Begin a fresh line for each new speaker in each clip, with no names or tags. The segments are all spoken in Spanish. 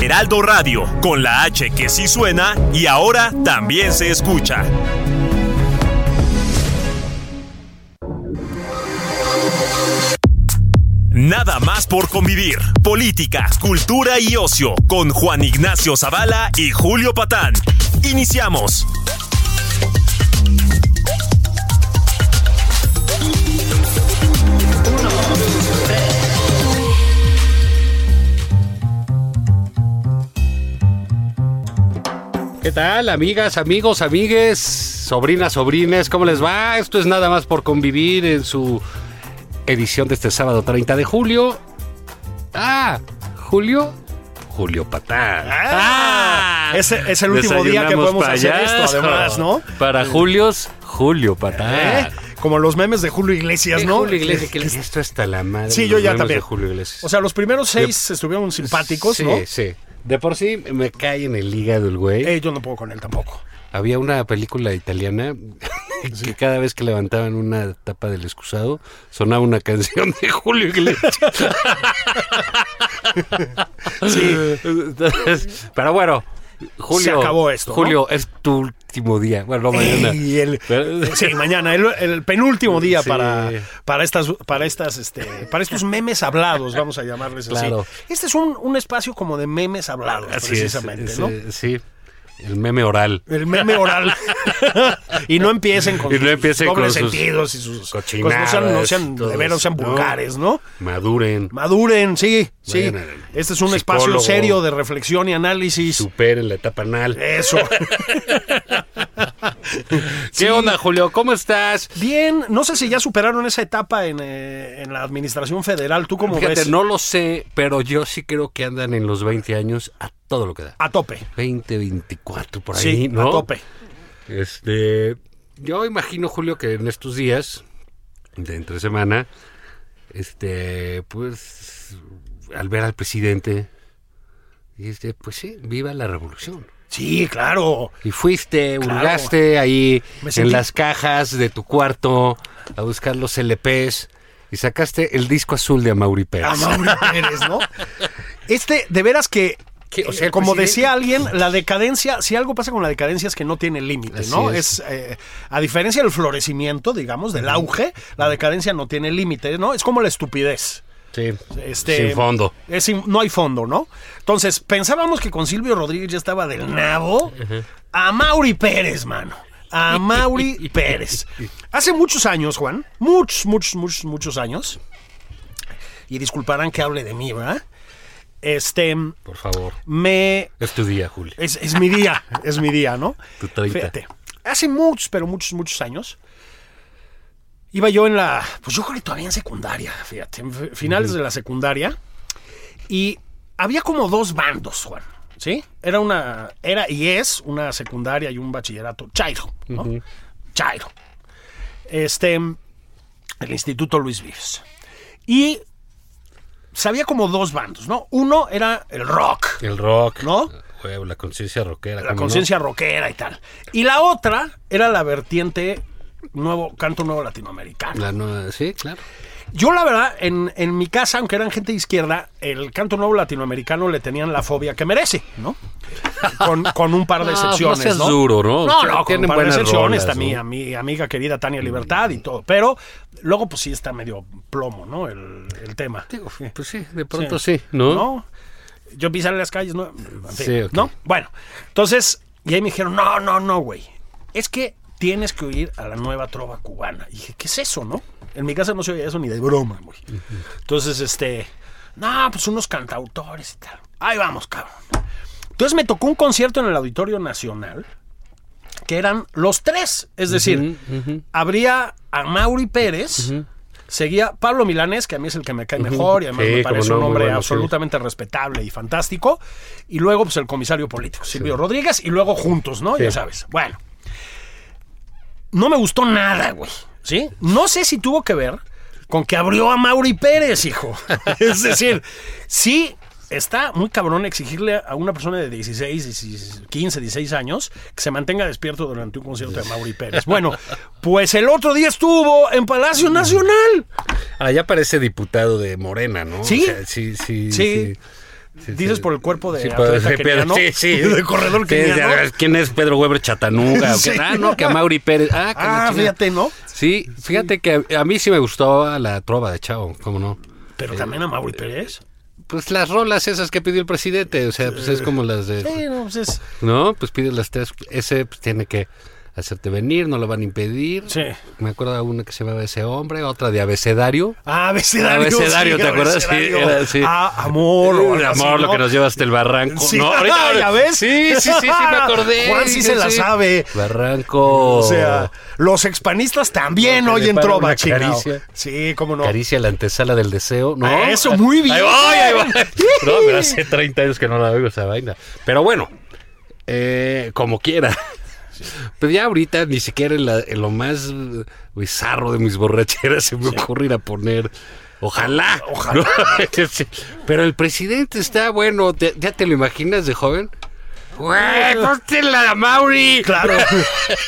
Heraldo Radio, con la H que sí suena y ahora también se escucha. Nada más por convivir. Política, cultura y ocio con Juan Ignacio Zavala y Julio Patán. Iniciamos.
¿Qué tal, amigas, amigos, amigues, sobrinas, sobrines? ¿Cómo les va? Esto es nada más por convivir en su edición de este sábado 30 de julio. Ah, Julio, Julio Patán.
Ah, es, es el último día que
Desayunamos
podemos hacer
payaso.
esto, además, ¿no?
Para Julios, Julio Patán.
¿Eh? Como los memes de Julio Iglesias, ¿no?
Ah. Julio Iglesias, que esto está la madre.
Sí,
los
yo ya
memes
también.
de Julio Iglesias.
O sea, los primeros seis estuvieron simpáticos,
sí,
¿no?
Sí, De por sí me cae en el hígado el güey.
Eh, yo no puedo con él tampoco.
Había una película italiana que cada vez que levantaban una tapa del excusado sonaba una canción de Julio Iglesias. sí. Entonces, Pero bueno, Julio.
Se acabó esto, ¿no?
Julio, es tu último día. Bueno, no, mañana.
Y el,
Pero-
sí, mañana, el, el penúltimo día
Sí.
para, para estas, para estas, este, para estos memes hablados, vamos a llamarles
Claro.
así. Este es un, un espacio como de memes hablados, precisamente,
es, es,
¿no?
eh, Sí, el meme oral.
El meme oral. y no empiecen con
Y no empiecen
sus dobles
con sus
sentidos y sus
cochinadas,
cosas. No sean, no sean,
todo
de veras,
eso,
sean
¿no?
vulgares, ¿no?
Maduren,
Maduren, sí, sí.
Vayan al
este es un
psicólogo.
espacio serio de reflexión y análisis.
superen la etapa anal.
Eso.
¿Qué onda, Julio? ¿Cómo estás?
Bien, no sé si ya superaron esa etapa en, eh, en la administración federal. ¿Tú cómo
Fíjate,
ves?
no lo sé, pero yo sí creo que andan en los 20 años a todo lo que da.
A tope.
20, 24, por ahí,
sí,
¿no?
a tope.
Este, yo imagino, Julio, que en estos días de entre semana, este, pues, al ver al presidente, dijiste, pues sí, viva la revolución.
Sí, claro.
Y fuiste,
Claro.
hurgaste ahí
Me
en
sentí-
las cajas de tu cuarto a buscar los LPs y sacaste el disco azul de Amaury Pérez.
A Mauri Pérez, Ah, ¿no? Este, de veras que. eh,
Que, o sea, el
como
presidente-
decía alguien, la decadencia, si algo pasa con la decadencia es que no tiene límite,
Así
¿no?
es.
Es, eh, a diferencia del florecimiento, digamos, del auge, la decadencia no tiene límite, ¿no? Es como la estupidez.
Sí,
Este,
sin fondo.
es sin- no hay fondo, ¿no? Entonces, pensábamos que con Silvio Rodríguez ya estaba del nabo. A Mauri Pérez, mano. A Mauri Pérez. Hace muchos años, Juan. Muchos, muchos, muchos, muchos años. Y disculparán que hable de mí, ¿verdad? Este,
Por favor,
me...
es tu día, Julio.
Es, es mi día, es mi día, ¿no?
Tu 30.
Fíjate, hace muchos, pero muchos, muchos años, iba yo en la, pues yo creo que todavía en secundaria, fíjate, en f- finales de la secundaria, y había como dos bandos, Juan, ¿sí? Era una, era y es una secundaria y un bachillerato, Chairo, ¿no? Chairo. Este, el Instituto Luis Vives. Y sabía como dos bandos, ¿no? Uno era el rock,
El rock.
¿No?
Huevo, la conciencia rockera.
la
¿cómo no?
conciencia rockera y tal. Y la otra era la vertiente nuevo, canto nuevo latinoamericano.
La nueva- sí, claro.
Yo, la verdad, en, en mi casa, aunque eran gente de izquierda, el canto nuevo latinoamericano le tenían la fobia que merece, ¿no? Con, con un par
No,
de excepciones.
no seas duro, ¿no?
No, no, con
Tienen
un par de
buenas
excepciones
rolas,
también.
¿no?
A mi amiga querida Tania Libertad y todo. Pero luego, pues sí está medio plomo, ¿no? El, el tema.
Digo, pues sí, de pronto sí, ¿no?
¿no? Yo pisar en las calles, ¿no? En fin,
Sí, ok.
¿no? Bueno, entonces, y ahí me dijeron, no, no, no, güey. Es que tienes que oír a la nueva trova cubana. Y dije, ¿qué es eso, no? En mi casa no se oía eso ni de broma, güey. Entonces, este, no, pues unos cantautores y tal. Ahí vamos, cabrón. Entonces me tocó un concierto en el Auditorio Nacional, que eran los tres. Es decir, habría a Mauri Pérez, Seguía Pablo Milanés, que a mí es el que me cae mejor y además
Sí,
me
cómo
parece
no,
un
muy
hombre
bueno, sí.
absolutamente respetable y fantástico. Y luego, pues el comisario político, Silvio Rodríguez, y luego juntos, ¿no? Ya sabes. Bueno. No me gustó nada, güey. ¿Sí? No sé si tuvo que ver con que abrió a Mauri Pérez, hijo. es decir, sí. Está muy cabrón exigirle a una persona de 16, 16, 15, 16 años que se mantenga despierto durante un concierto de Mauri Pérez. Bueno, pues el otro día estuvo en Palacio Nacional.
Ah, ya parece diputado de Morena, ¿no?
Sí.
O sea, sí, sí,
Sí. Eh, Dices
sí.
por el cuerpo de
Sí, pero-
atleta keniano,
sí, sí.
de corredor
Sí,
keniano.
ya, ¿Quién es Pedro Weber Chatanuga? ¿O qué?
Sí.
Ah, no, que a Mauri Pérez. Ah, que la
Ah,
chingada.
fíjate, ¿no?
Sí, fíjate que a, a mí sí me gustó la trova de Chao, ¿cómo no?
Pero también a Mauri Pérez.
Pues las rolas esas que pidió el presidente, o sea, pues es como las de...
Sí, no, pues es...
No, pues pide las tres. Ese pues, tiene que hacerte venir, no lo van a impedir.
Sí.
Me acuerdo de una que se llamaba Ese Hombre, otra de Abecedario.
Ah, abecedario.
Abecedario,
sí,
¿te acuerdas? Sí,
abecedario.
era así.
Ah, amor. o
El
algo así,
amor, lo
¿no?
que nos lleva hasta el barranco.
Sí.
No, ahorita,
Ah, ¿ya
ahorita.
ves?
Sí, sí, sí, sí, me acordé.
Juan sí
Dije,
se la sabe.
Barranco.
O sea, los expanistas también
Porque le
oyen
para
trova,
una
chingado.
caricia.
Sí, cómo no.
Caricia la antesala del deseo, ¿no?
Ah, eso, muy bien.
Ahí voy, ahí voy. No, pero hace 30 años que no la oigo esa vaina. Pero bueno, eh, como quiera. Pero ya ahorita ni siquiera en, la- en lo más eh, bizarro de mis borracheras se me ocurre ir a poner. Ojalá. Ojalá. Pero el presidente está bueno. ¿te- ¿Ya te lo imaginas de joven? ¡Güey! ¡Ponte la Mauri!
Claro,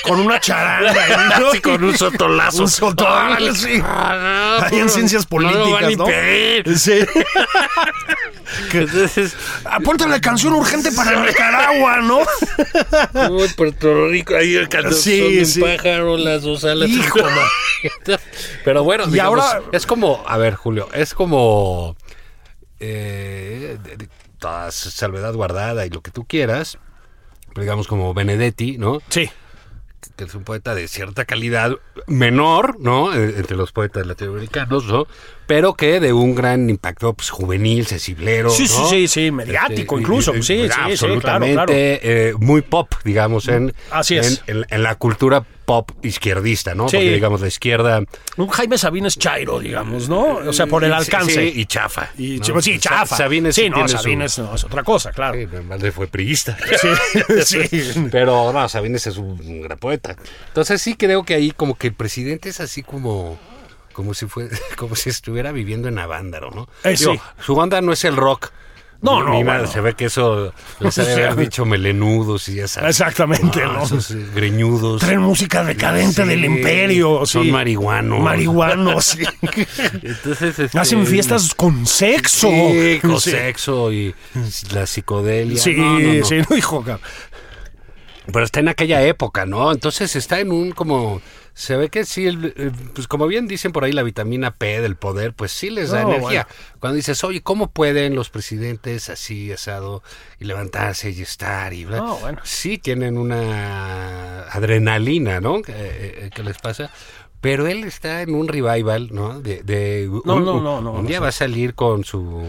con una charanga. ahí, ¿no?
Así con un sotolazo.
Un sotolazo,
Órale,
sí.
ah, no,
Ahí en
no,
ciencias
No lo van a
políticas, ¿no?
impedir.
Sí.
Entonces,
Apóntale la canción urgente para Nicaragua, ¿no?
uy, Puerto Rico, ahí el canto
Sí,
de un
sí.
pájaro, las dos alas.
Hijo,
Pero bueno,
Y
digamos,
ahora-
es como, a ver, Julio, es como eh, de- de- toda salvedad guardada y lo que tú quieras, pero digamos como Benedetti, ¿no?
Sí.
que es un poeta de cierta calidad menor, ¿no? Eh, Entre los poetas latinoamericanos, ¿no? Pero que de un gran impacto pues, juvenil, sensiblero.
Sí, sí,
¿no? Este,
sí, sí, mediático incluso, sí, sí, sí, claro,
absolutamente,
claro.
eh, muy pop, digamos, en,
Así es.
en, en- en la cultura pop izquierdista, ¿no?
Sí.
Porque, digamos, la izquierda...
Un Jaime Sabines Chairo, digamos, ¿no? Oh, O sea, por el
Sí,
alcance.
sí, y chafa.
Y
¿no?
sí,
Sa-
chafa.
Sabines
sí, no,
tiene su-
Sabines no, es otra cosa, claro.
Sí, Madre fue priista.
Sí, sí.
Pero no, Sabines es un gran poeta. Entonces sí creo que ahí como que el presidente es así como como si fue como si estuviera viviendo en Avándaro, ¿no?
Eh,
Digo,
sí.
Su onda no es el rock.
No, no,
Ni nada,
bueno.
se ve que eso les ha de haber dicho melenudos y ya sabes.
Exactamente,
Ah,
¿no?
esos, eh, greñudos.
Traen música decadente
Sí,
del imperio.
son
sí.
marihuanos.
Marihuanos, sí.
Entonces, este,
Hacen fiestas con sexo.
sí, con
Sí.
sexo y la psicodelia.
Sí,
No, no, no.
sí, no, hijo. cabrón.
Pero está en aquella época, ¿no? Entonces está en un como... Se ve que sí, el- eh, pues como bien dicen por ahí, la vitamina P del poder, pues sí les da
No,
energía. Cuando dices, oye, ¿cómo pueden los presidentes así, asado, y levantarse y estar y bla?
No, bueno.
Sí tienen una adrenalina, ¿no? Que, eh, eh, que les pasa. Pero él está en un revival, ¿no? De, de-
No,
un,
no, no, no,
Un
no
día
sé.
va a salir con su...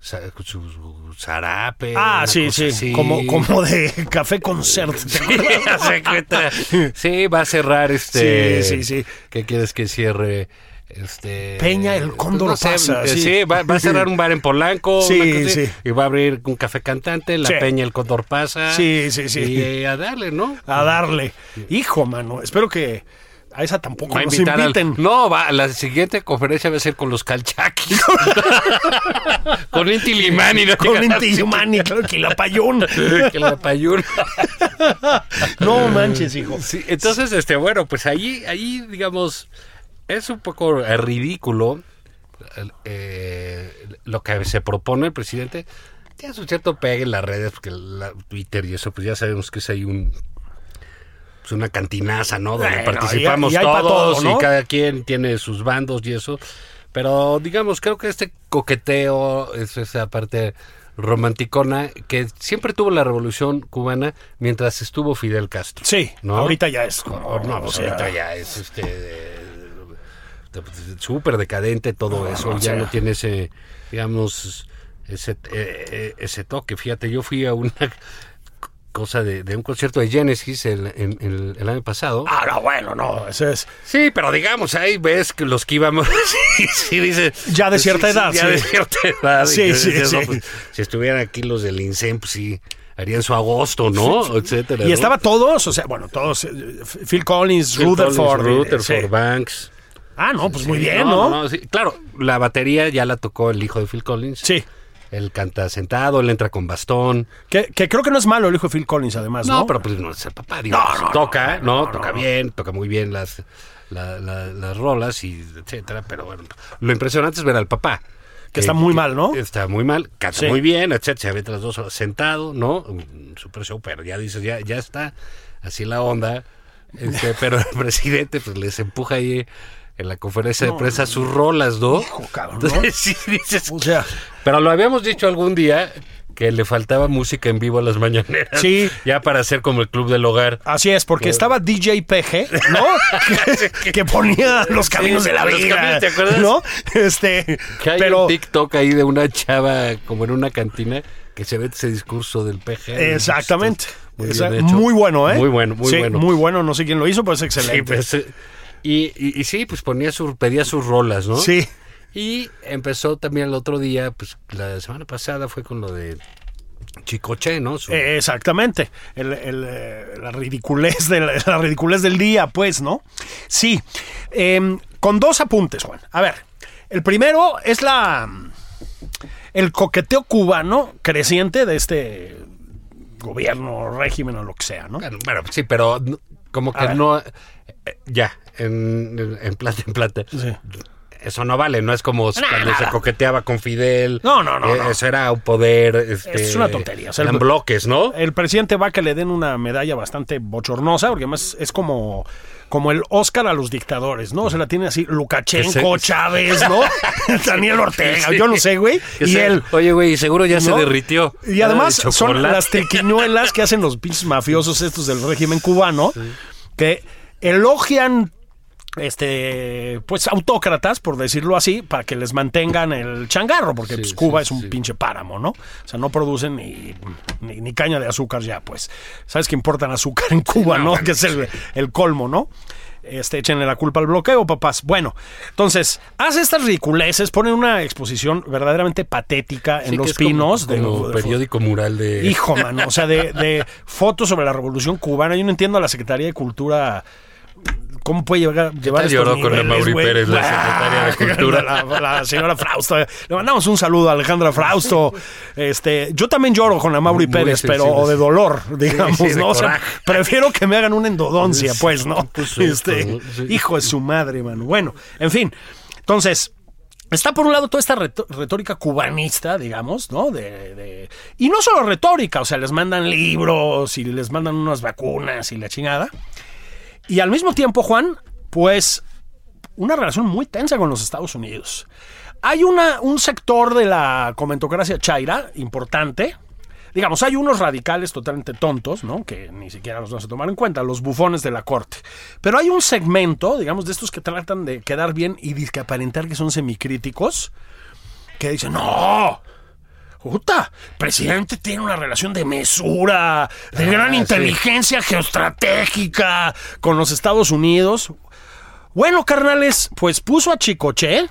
sa- con Su, su zarape.
Ah,
una
sí,
cosa
sí.
así.
Como, como de café concert. ¿te
Ya
acuerdas?
se cuenta. Sí, va a cerrar este.
Sí, sí, sí.
¿Qué quieres que cierre? Este.
Peña, el cóndor
sé,
pasa,
eh,
sí.
Sí, va, va a cerrar un bar en Polanco.
Sí,
una cosa así,
sí.
Y va a abrir un café cantante. La
Sí.
Peña, el cóndor pasa.
Sí, sí, sí.
Y eh, a darle, ¿no?
A darle. Hijo, mano. Espero que a esa tampoco
Va a
nos
invitar al-
inviten.
No, va, la siguiente conferencia va a ser con los calchaquis. con Inti Limani. ¿no?
Con Inti Illimani, claro, Quilapayún.
que la payuna.
No manches, hijo.
Sí, entonces, este, bueno, pues ahí, ahí, digamos, es un poco eh, ridículo eh, lo que se propone el presidente. Tiene su cierto pegue en las redes, porque la- Twitter y eso, pues ya sabemos que es ahí un pues una cantinaza, ¿no? Donde
Bueno,
participamos
y- y hay pa'
todos
todo, ¿no?
y cada quien tiene sus bandos y eso. Pero digamos, creo que este coqueteo es esa parte romanticona que siempre tuvo la revolución cubana mientras estuvo Fidel Castro.
Sí,
¿no?
ahorita ya es.
Oh,
como-
no, pues
o sea,
ahorita ya es este eh, súper decadente todo eso,
no, o
ya
sea.
no tiene ese, digamos, ese, eh, eh, ese toque. Fíjate, yo fui a una cosa de, de un concierto de Genesis el, en- el- el año pasado.
Ah, no, bueno, no, ese es.
Sí, pero digamos, ahí ves que los que íbamos. sí, sí, dices.
Ya de
pues,
cierta edad,
Ya
sí.
de cierta edad.
Sí,
Y
sí,
decías,
sí.
no, pues, si estuvieran aquí los del INSEM, pues sí, harían su agosto, ¿no? Etcétera.
Y
¿no?
estaba todos, o sea, bueno, todos. eh, Phil Collins,
Phil Collins,
Rutherford. eh,
Rutherford,
sí.
Banks.
Ah, no, pues muy
Sí,
bien, ¿no?
sí, Claro, la batería ya la tocó el hijo de Phil Collins.
Sí.
Él canta sentado, él entra con bastón.
Que, que creo que no es malo el hijo de Phil Collins, además, ¿no?
No, pero pues no es el papá, digo, pues, toca, ¿no? toca bien, toca muy bien las, la- la- las rolas y etcétera, pero bueno, lo impresionante es ver al papá.
Que está muy mal, ¿no?
Está muy mal, canta
Sí.
muy bien, etcétera, se avienta las dos horas sentado, ¿no? Un super show, pero ya dices, ya, ya está, así la onda. Este, pero el presidente pues les empuja ahí en la conferencia de prensa sus rolas, ¿no?
Hijo, cabrón, ¿no?
Entonces sí dices,
O sea,
pero lo habíamos dicho algún día que le faltaba música en vivo a las mañaneras.
Sí.
Ya para ser como el club del hogar.
así es, porque estaba DJ PG, ¿no? que, que ponía los caminos de la
los
vida.
caminos, ¿te acuerdas?
¿No? Este.
Que hay
Pero.
un TikTok ahí de una chava como en una cantina que se ve ese discurso del PG.
Exactamente.
Muy,
O
bien
sea,
hecho.
muy bueno, ¿eh?
Muy bueno, muy
Sí,
bueno.
Muy bueno, no sé quién lo hizo, pero es
Sí,
excelente.
pues, eh, y, y- y sí, pues ponía su, pedía sus rolas, ¿no?
Sí.
Y empezó también el otro día, pues la semana pasada fue con lo de Chicoche, ¿no? Su-
Eh, exactamente. El- el, eh, la, ridiculez del, la ridiculez del día, pues, ¿no? Sí. Em, con dos apuntes, Juan. A ver, el primero es la el coqueteo cubano creciente de este gobierno, régimen o lo que sea, ¿no?
Bueno, bueno, sí, pero no- como que
ver.
no. eh, Ya, en, en plata, en plata.
Sí.
Eso no vale, no es como cuando se coqueteaba con Fidel.
No, no, no,
Eh,
no.
Eso era un poder. Este,
Es una tontería, o sea,
eran
el- Eh,
bloques, ¿no?
El presidente va a que le den una medalla bastante bochornosa, porque además es como, como el Oscar a los dictadores, ¿no? O sea, la tiene así Lukashenko,
Que se-
Chávez, ¿no? Daniel Ortega,
Sí.
yo no sé, güey.
Que
Y
se-
él.
Oye, güey, seguro ya se
¿no?
derritió.
Y
Era de
además son
chocolate.
las triquiñuelas que hacen los pinches mafiosos estos del régimen cubano, que elogian este pues autócratas por decirlo así para que les mantengan el changarro porque pues, Cuba es un pinche páramo no o sea no producen ni, ni, ni caña de azúcar ya pues sabes que importan azúcar en Cuba no, que es el, el colmo no este, échenle la culpa al bloqueo, papás. Bueno, entonces, hace estas ridiculeces, ponen una exposición verdaderamente patética en
Sí, que
Los
es como-
Pinos. de-
como
de-
periódico mural de.
Hijo, mano, o sea, de, de fotos sobre la revolución cubana. Yo no entiendo a la Secretaría de Cultura. ¿Cómo puede llegar, llevar
tal
estos
lloró con la
niveles,
Mauri
güey? Ah,
Pérez, la secretaria de Cultura?
La, la señora Frausto. Le mandamos un saludo a Alejandra Frausto. Este, yo también lloro con la Mauri
Muy
Pérez,
sensible,
pero
sí.
de dolor, digamos,
Sí, sí, de
¿no? O sea,
coraje.
prefiero que me hagan una endodoncia, pues, ¿no?
susto,
Este,
¿no? Sí.
hijo de su madre, mano. Bueno, en fin. Entonces, Está por un lado toda esta reto- retórica cubanista, digamos, ¿no? De, de- Y no solo retórica, o sea, les mandan libros y les mandan unas vacunas y la chingada. Y al mismo tiempo, Juan, pues una relación muy tensa con los Estados Unidos. Hay una, un sector de la comentocracia chaira importante. Digamos, hay unos radicales totalmente tontos, ¿no? Que ni siquiera los vas a tomar en cuenta, los bufones de la corte. Pero hay un segmento, digamos, de estos que tratan de quedar bien y dizque aparentar que son semicríticos, que dicen, no, Puta, presidente tiene una relación de mesura, de gran
sí.
inteligencia geoestratégica con los Estados Unidos. Bueno, carnales, pues puso a Chicoche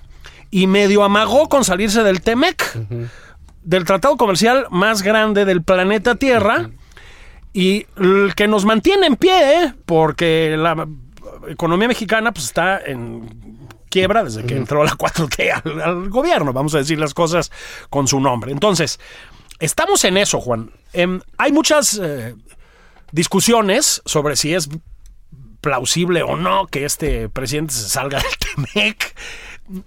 y medio amagó con salirse del E Temec, del tratado comercial más grande del planeta Tierra. Y el que nos mantiene en pie, ¿eh? porque la economía mexicana pues, está en quiebra desde que entró la 4T al, al gobierno, vamos a decir las cosas con su nombre. Entonces, estamos en eso, Juan. Em, hay muchas eh, discusiones sobre si es plausible o no que este presidente se salga del E TEMEC.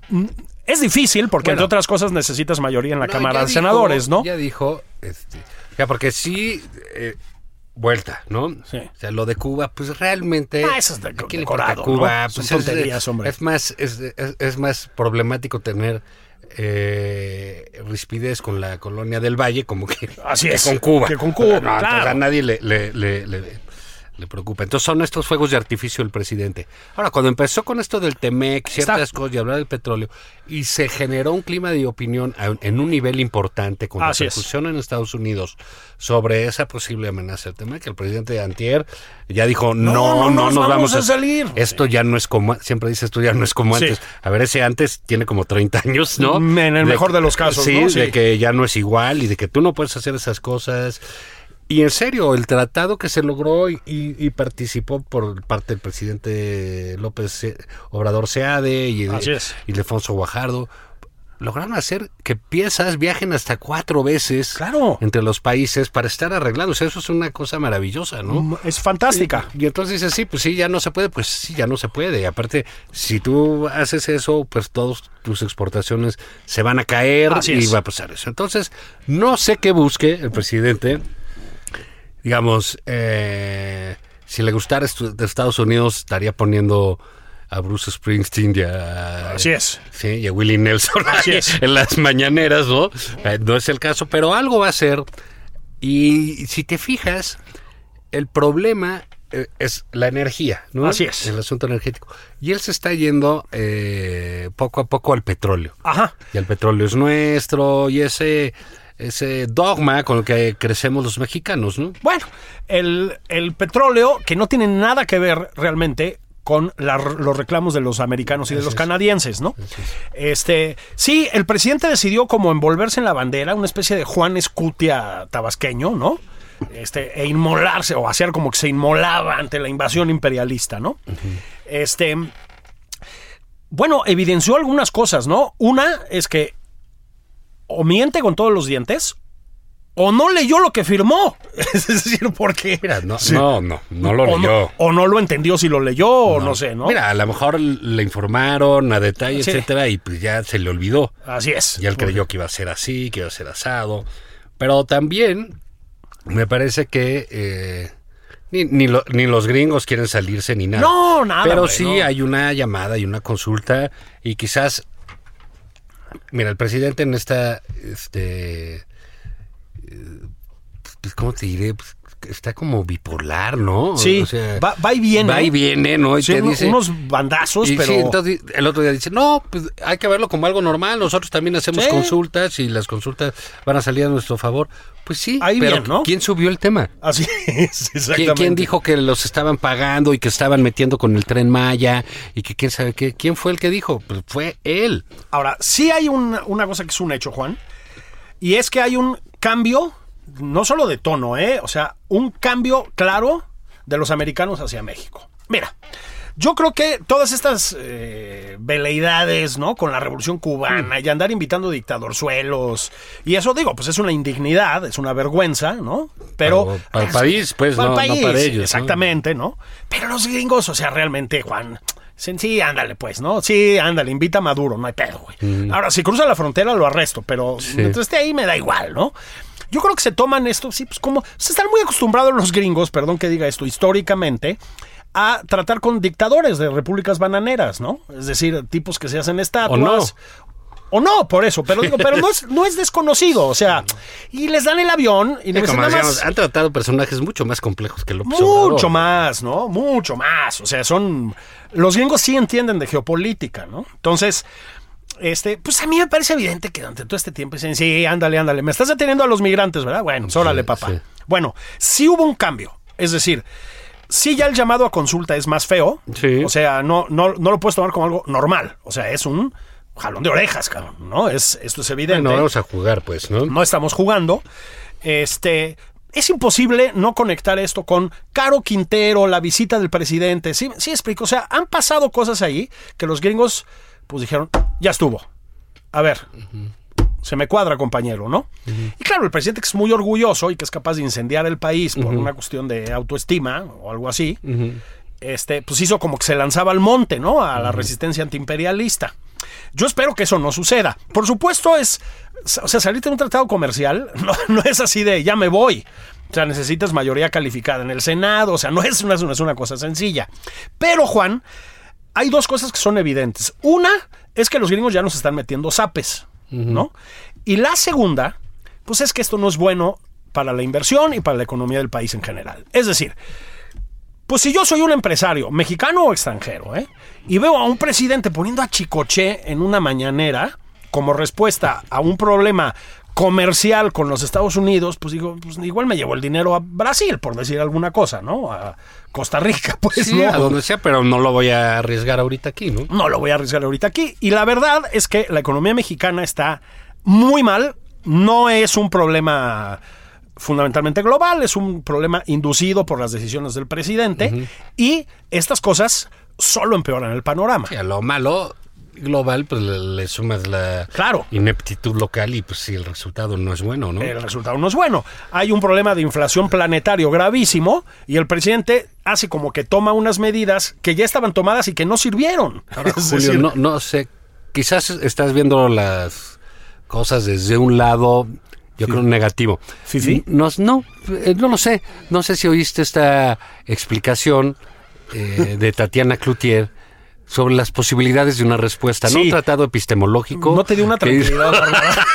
Mm, Es difícil porque, entre otras cosas, necesitas mayoría en la
No,
Cámara
ya
de
dijo-
Senadores, ¿no?
Ya dijo, este, ya porque sí, eh, vuelta, ¿no?
Sí.
O sea, lo de Cuba, pues realmente.
Ah, eso es de-
¿a quién le
decorado,
importa Cuba,
¿no? Son
Pues, es-
tonterías, hombre.
Es más, es, es- es más problemático tener eh, rispidez con la colonia del Valle, como que,
Así
que
es,
con Cuba.
que con Cuba,
No, entonces
claro.
a nadie le, le- le- le- Le preocupa. Entonces son estos fuegos de artificio el presidente. Ahora, cuando empezó con esto del Temec, ciertas
Está-
cosas y hablar del petróleo, y se generó un clima de opinión a- en un nivel importante con la
Así es.
discusión en Estados Unidos sobre esa posible amenaza del Temec, el presidente de Antier ya dijo, no, no,
no
nos vamos,
a salir".
Esto ya no es como, siempre dice, esto ya no es como
Sí.
antes. A ver, ese antes tiene como 30 años, ¿no?
Mm, en el mejor de los casos,
sí,
¿no? Sí.
de que ya no es igual y de que tú no puedes hacer esas cosas. Y en serio, el tratado que se logró y, y- y participó por parte del presidente López eh, Obrador Seade y,
Así es.
y Lefonso Guajardo, lograron hacer que piezas viajen hasta cuatro veces
Claro.
entre los países para estar arreglados. Eso es una cosa maravillosa, ¿no?
Mm, Es fantástica.
Y entonces dices, sí, pues sí, ya no se puede, pues sí, ya no se puede. Y aparte, si tú haces eso, pues todas tus exportaciones se van a caer
Así
y
es.
va a pasar eso. Entonces, no sé qué busque el presidente. Digamos, eh, si le gustara estu- de Estados Unidos, estaría poniendo a Bruce Springsteen y a,
Así es.
Sí, y a Willie Nelson
Así es.
en las mañaneras, ¿no? Eh, No es el caso, pero algo va a ser. Y si te fijas, el problema eh, es la energía, ¿no?
Así es.
El asunto energético. Y él se está yendo eh, poco a poco al petróleo.
Ajá.
Y el petróleo es nuestro, y ese, ese dogma con el que crecemos los mexicanos, ¿no?
Bueno, el, el petróleo, que no tiene nada que ver realmente con la- los reclamos de los americanos y de los canadienses, ¿no? Este, sí, el presidente decidió como envolverse en la bandera, una especie de Juan Escutia tabasqueño, ¿no? Este, e inmolarse o hacer como que se inmolaba ante la invasión imperialista, ¿no? Este, bueno, evidenció algunas cosas, ¿no? Una es que o miente con todos los dientes o no leyó lo que firmó. Es decir, porque.
Mira, no,
Sí.
no, no, no lo
o,
leyó.
no, o no lo entendió si lo leyó o no sé, ¿no?
Mira, a lo mejor le informaron a detalle,
Sí.
etcétera, y pues ya se le olvidó.
Así es.
Y él creyó que iba a ser así, que iba a ser asado. Pero también me parece que eh, ni, ni lo- ni los gringos quieren salirse ni nada.
No, nada,
Pero
hombre,
sí
no.
hay una llamada y una consulta y quizás... Mira, el presidente en esta... Este, eh, pues, ¿Cómo te diré? Pues, está como bipolar, ¿no?
Sí,
O sea,
va, va y viene.
Va y viene, ¿no? Y
Sí,
te
uno-
dice-
unos bandazos,
y
pero.
sí, entonces el otro día dice, no, pues hay que verlo como algo normal, nosotros también hacemos
Sí.
consultas y las consultas van a salir a nuestro favor. Pues sí,
Ahí
pero
bien, ¿no?
¿quién subió el tema?
Así es,
¿Quién,
exactamente.
quién dijo que los estaban pagando y que estaban metiendo con el tren Maya y que quién sabe qué? ¿Quién fue el que dijo? Pues fue él.
Ahora, sí hay una, una cosa que es un hecho, Juan, y es que hay un cambio, no solo de tono, ¿eh? o sea, un cambio claro de los americanos hacia México. Mira, yo creo que todas estas eh, veleidades, ¿no? Con la revolución
Mm.
cubana y andar invitando dictadorzuelos, y eso digo, pues es una indignidad, es una vergüenza, ¿no? Pero.
Para- para el país, pues,
Para el
no- no
país,
para ellos, ¿no?
Exactamente. Exactamente, ¿no? Pero los gringos, o sea, realmente, Juan, dicen, sí, ándale, pues, ¿no? Sí, ándale, invita a Maduro, no hay pedo, güey. Ahora, si cruza la frontera, lo arresto, pero mientras esté ahí me da igual, ¿no? Yo creo que se toman esto, sí, pues como, se están muy acostumbrados los gringos, perdón que diga esto, históricamente, a tratar con dictadores de repúblicas bananeras, ¿no? Es decir, tipos que se hacen estatuas. O no, por eso, pero digo, pero no es, no es desconocido, o sea, y les dan el avión y les dicen
Como
pues, nada
decíamos,
más.
han tratado personajes mucho más complejos que López
Mucho
Obrador.
más, ¿no? Mucho más. O sea, son. Los gringos sí entienden de geopolítica, ¿no? Entonces, este, pues a mí me parece evidente que durante todo este tiempo dicen, sí, ándale, ándale, me estás deteniendo a los migrantes, ¿verdad? Bueno, pues, órale, papá.
sí.
Bueno, sí hubo un cambio. Es decir, sí ya el llamado a consulta es más feo.
Sí.
O sea, no, no, no lo puedes tomar como algo normal. O sea, es un jalón de orejas, cabrón, ¿no? Es, esto es evidente
Bueno, vamos a jugar, pues, ¿no?
no estamos jugando. Este. Es imposible no conectar esto con Caro Quintero, la visita del presidente. Sí, sí explico. O sea, han pasado cosas ahí que los gringos pues dijeron, ya estuvo. A ver, se me cuadra, compañero, ¿no? Y claro, el presidente que es muy orgulloso y que es capaz de incendiar el país por una cuestión de autoestima o algo así, este, pues hizo como que se lanzaba al monte, ¿no? A la resistencia antiimperialista. Yo espero que eso no suceda. Por supuesto, es. O sea, salirte de un tratado comercial no, no es así de ya me voy. O sea, necesitas mayoría calificada en el Senado. O sea, no es una, no es una cosa sencilla. Pero, Juan, hay dos cosas que son evidentes. Una es que los gringos ya nos están metiendo zapes, ¿no? Y la segunda, pues es que esto no es bueno para la inversión y para la economía del país en general. Es decir, Pues si yo soy un empresario, mexicano o extranjero, ¿eh? y veo a un presidente poniendo a Chicoche en una mañanera como respuesta a un problema comercial con los Estados Unidos, pues digo, pues igual me llevo el dinero a Brasil, por decir alguna cosa, ¿no? A Costa Rica, pues
Sí,
¿no?
a donde sea, pero no lo voy a arriesgar ahorita aquí, ¿no?
No lo voy a arriesgar ahorita aquí. Y la verdad es que la economía mexicana está muy mal. No es un problema fundamentalmente global, es un problema inducido por las decisiones del presidente. Y estas cosas solo empeoran el panorama.
Y a lo malo global, pues le, le sumas la
Claro.
ineptitud local y pues si el resultado no es bueno, ¿no?
El resultado no es bueno. Hay un problema de inflación planetario gravísimo y el presidente hace como que toma unas medidas que ya estaban tomadas y que no sirvieron.
Ahora,
Es
Julio,
decir,
no, no sé, quizás estás viendo las cosas desde un lado, yo creo, negativo.
Sí, sí.
No, no, eh, no lo sé. No sé si oíste esta explicación eh, de Tatiana Cloutier sobre las posibilidades de una respuesta, no
Sí.
un tratado epistemológico.
no te dio una
que dice-
tranquilidad. Bárbara.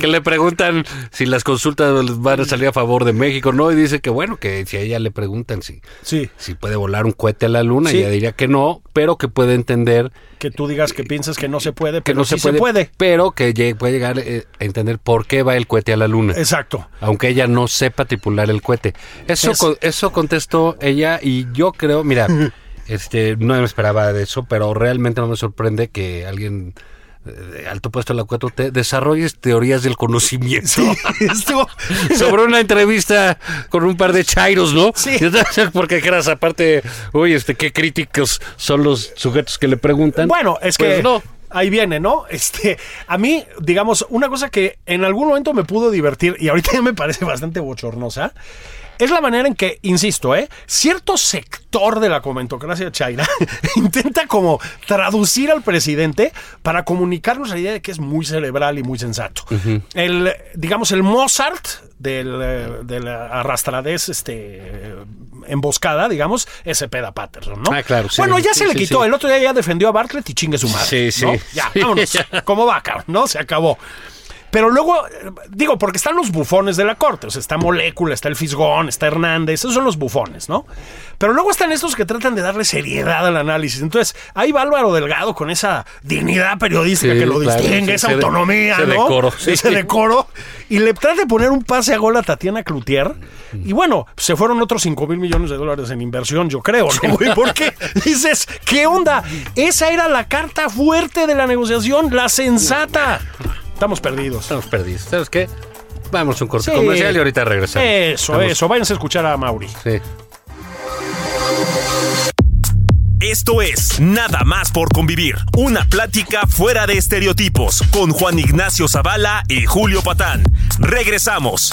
que le preguntan si las consultas van a salir a favor de México, ¿no? Y dice que bueno, que si a ella le preguntan si,
Sí.
si puede volar un cohete a la luna,
Sí.
ella diría que no, pero que puede entender
Que tú digas que piensas que no se puede,
que
pero
no
sí
se, puede,
se puede.
pero que llegue- puede llegar eh, a entender por qué va el cohete a la luna.
Exacto.
Aunque ella no sepa tripular el cohete. Eso,
Es-
con- eso contestó ella y yo creo, mira, este, no me esperaba de eso, pero realmente no me sorprende que alguien eh, de alto puesto de la 4T desarrolles teorías del conocimiento.
Estuvo-
sobre una entrevista con un par de chairos, ¿no?
Sí.
Porque eras aparte, uy, este, qué críticos son los sujetos que le preguntan.
Bueno, es que
Pues no.
ahí viene, ¿no? Este, a mí, digamos, una cosa que en algún momento me pudo divertir y ahorita ya me parece bastante bochornosa. Es la manera en que, insisto, ¿eh? cierto sector de la comentocracia chaira intenta como traducir al presidente para comunicarnos la idea de que es muy cerebral y muy sensato. El, digamos, el Mozart del, eh, de la arrastradez este, eh, emboscada, digamos, ese peda Patterson, ¿no?
Ah, claro, sí.
bueno, ya
Sí,
se le
sí,
quitó.
sí.
El otro día ya defendió a Bartlett y chingue su madre.
Sí,
¿no?
sí.
Ya,
Sí,
vámonos.
ya.
¿Cómo va, cabrón? ¿No? Se acabó. Pero luego, eh, digo, porque están los bufones de la corte. O sea, está Molécula, está el Fisgón, está Hernández. Esos son los bufones, ¿no? Pero luego están estos que tratan de darle seriedad al análisis. Entonces, ahí va Álvaro Delgado con esa dignidad periodística
Sí,
que lo
claro,
distingue,
sí,
esa
ese de-
autonomía,
ese
¿no?
decoro, sí.
Ese decoro. Y le trata de poner un pase a gol a Tatiana Cloutier. Y bueno, se fueron otros 5 mil millones de dólares en inversión, yo creo, ¿no? güey? Porque dices, ¿qué onda? Esa era la carta fuerte de la negociación, la sensata. Estamos perdidos.
Estamos perdidos. ¿Sabes qué? Vamos a un corte
Sí.
comercial y ahorita regresamos.
Eso,
Estamos-
eso. Váyanse a escuchar a Mauri.
Sí.
Esto es Nada más por convivir, una plática fuera de estereotipos con Juan Ignacio Zavala y Julio Patán. Regresamos.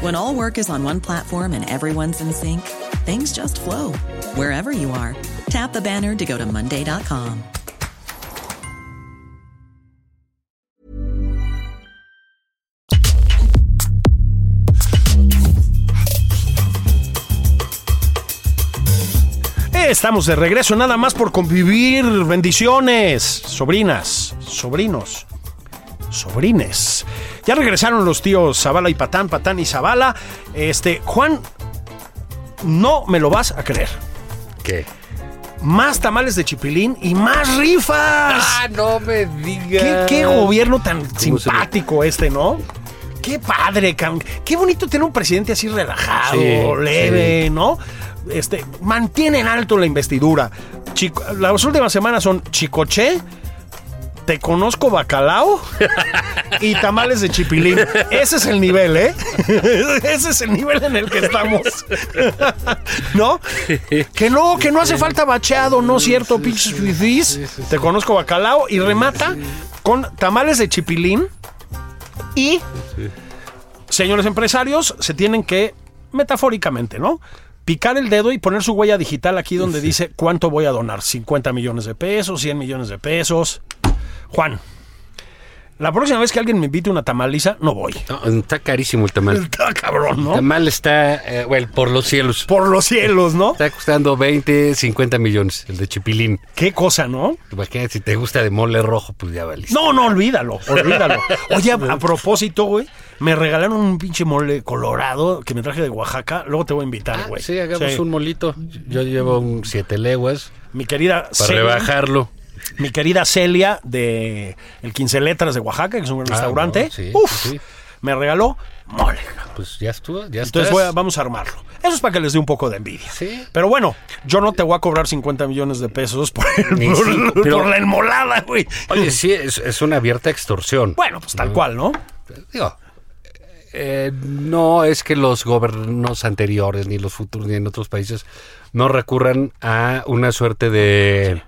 When all work is on one platform and everyone's in sync, things just flow wherever you are. Tap the banner to go to Monday.com.
Eh, Estamos de regreso, nada más por convivir. Bendiciones, sobrinas, sobrinos, sobrines. Ya regresaron los tíos Zabala y Patán, Patán y Zabala. Este, Juan, no me lo vas a creer.
¿Qué?
más tamales de chipilín y más rifas.
Ah, no me
¿Qué,
digas.
qué gobierno tan
se ve?
simpático este, ¿no? Qué padre, cabrón. qué bonito tener un presidente así relajado,
Sí,
leve, ¿no? Este, mantiene en alto la investidura. Chico- las últimas semanas son Chicoche, Te Conozco Bacalao y Tamales de Chipilín. Ese es el nivel, ¿eh? Ese es el nivel en el que estamos. ¿No? Que no, que no hace falta bacheado, ¿no es cierto? Pinches fifís. Te conozco bacalao y remata con tamales de chipilín y señores empresarios se tienen que metafóricamente, ¿no? Picar el dedo y poner su huella digital aquí donde dice cuánto voy a donar, 50 millones de pesos, 100 millones de pesos. Juan, la próxima vez que alguien me invite una tamaliza, no voy.
No, está carísimo el tamal.
Está cabrón,
El
¿no?
tamal está, eh, bueno, por los cielos.
Por los cielos, ¿no?
Está costando 20, 50 millones, el de chipilín.
Qué cosa, ¿no?
Imagínate, si te gusta de mole rojo, pues ya valiste.
No, no, olvídalo, olvídalo. Oye, a, a propósito, güey, me regalaron un pinche mole colorado que me traje de Oaxaca. Luego te voy a invitar,
Ah,
güey.
sí, hagamos un molito. Yo llevo un siete leguas
Mi querida
para
Celia,
rebajarlo.
mi querida Celia de El 15 Letras de Oaxaca, que es un gran
Ah,
restaurante.
no, sí,
Uf,
sí, sí.
me regaló mole.
Pues ya estuvo, ya
Entonces
estás.
voy a- vamos a armarlo. Eso es para que les dé un poco de envidia.
Sí.
Pero bueno, yo no te voy a cobrar 50 millones de pesos por, el-
Ni cinco,
por
pero-
la enmolada, güey.
Oye, sí, es, es una abierta extorsión.
Bueno, pues tal cual, ¿no?
Digo, eh, no es que los gobiernos anteriores, ni los futuros, ni en otros países, no recurran a una suerte de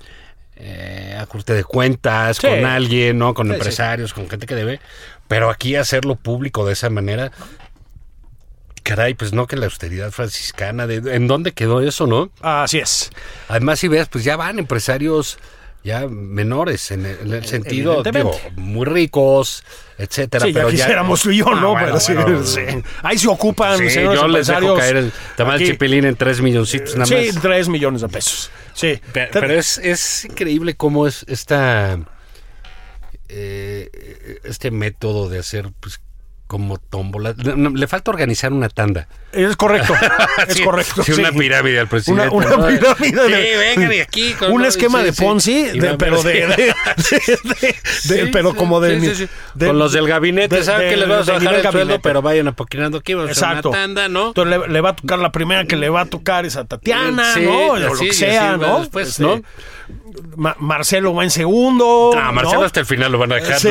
eh, ajuste de cuentas
Sí.
con alguien, ¿no? Con
Sí,
empresarios, con gente que debe. Pero aquí hacerlo público de esa manera. Caray, pues no que la austeridad franciscana, de, ¿en dónde quedó eso, no?
Así es.
Además, si ves, pues ya van empresarios ya menores en el, en el sentido, digo,
Eh, Evidentemente.
muy ricos, etcétera.
Sí,
pero
ya quisiéramos tú y yo,
Ah,
¿no?
bueno,
Pero sí,
bueno,
sí. Ahí se ocupan,
sí,
señores
yo les dejo
empresarios.
caer el tamal
Aquí.
chipilín en tres milloncitos nada
Sí,
más.
tres millones de pesos. Sí.
Pero,
Te-
pero es, es increíble cómo es esta eh, este método de hacer pues como tómbola. Le, no, le falta organizar una tanda.
Es correcto. es
Sí,
correcto.
sí, una
sí.
pirámide al
Una,
presidente.
una
¿no?
pirámide.
Sí,
de-
vengan y aquí. con-
un
no,
esquema
sí,
de
sí.
Ponzi,
Y
de-
no,
pero de.
sí.
de- de- de-
Sí,
pero
sí,
como de,
sí, sí, sí.
de-
Con los del gabinete,
de-
saben
de-
que les vamos a
de
bajar el
nivel
sueldo,
gabinete.
pero vayan apoquinando aquí, vamos a hacer
Exacto.
una tanda, ¿no?
Entonces le, le va a tocar la primera que le va a tocar es a Tatiana,
Sí,
¿no? O
así,
lo
y
que
así
sea,
va
¿no?
después,
Este,
¿no?
Ma- Marcelo va en segundo.
Ah, Marcelo hasta el final lo van a dejar.
Sí,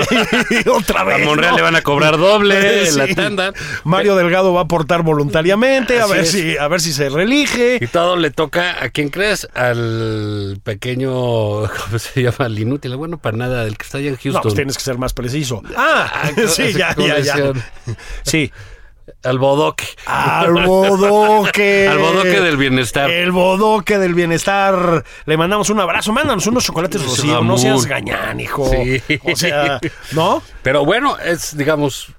¿no?
otra vez.
A Monreal
¿no?
le van a cobrar doble
Sí.
la tanda.
Mario Delgado va a aportar voluntariamente, a
Así
ver,
es.
si, a ver si se reelige.
Y todo le toca, ¿a quién crees? Al pequeño, ¿cómo se llama? Al inútil, bueno, para nada, el que está allá en Houston.
No, pues tienes que ser más preciso. Ah,
Ah,
sí, ya,
¿cómo
ya, ya.
decían?
Sí.
Al bodoque.
Al bodoque.
Al bodoque del bienestar.
El bodoque del bienestar. Le mandamos un abrazo. Mándanos unos chocolates
Sí,
rocío. No
Ramón.
seas gañán, hijo.
Sí.
O sea, ¿no?
Pero bueno, es, digamos,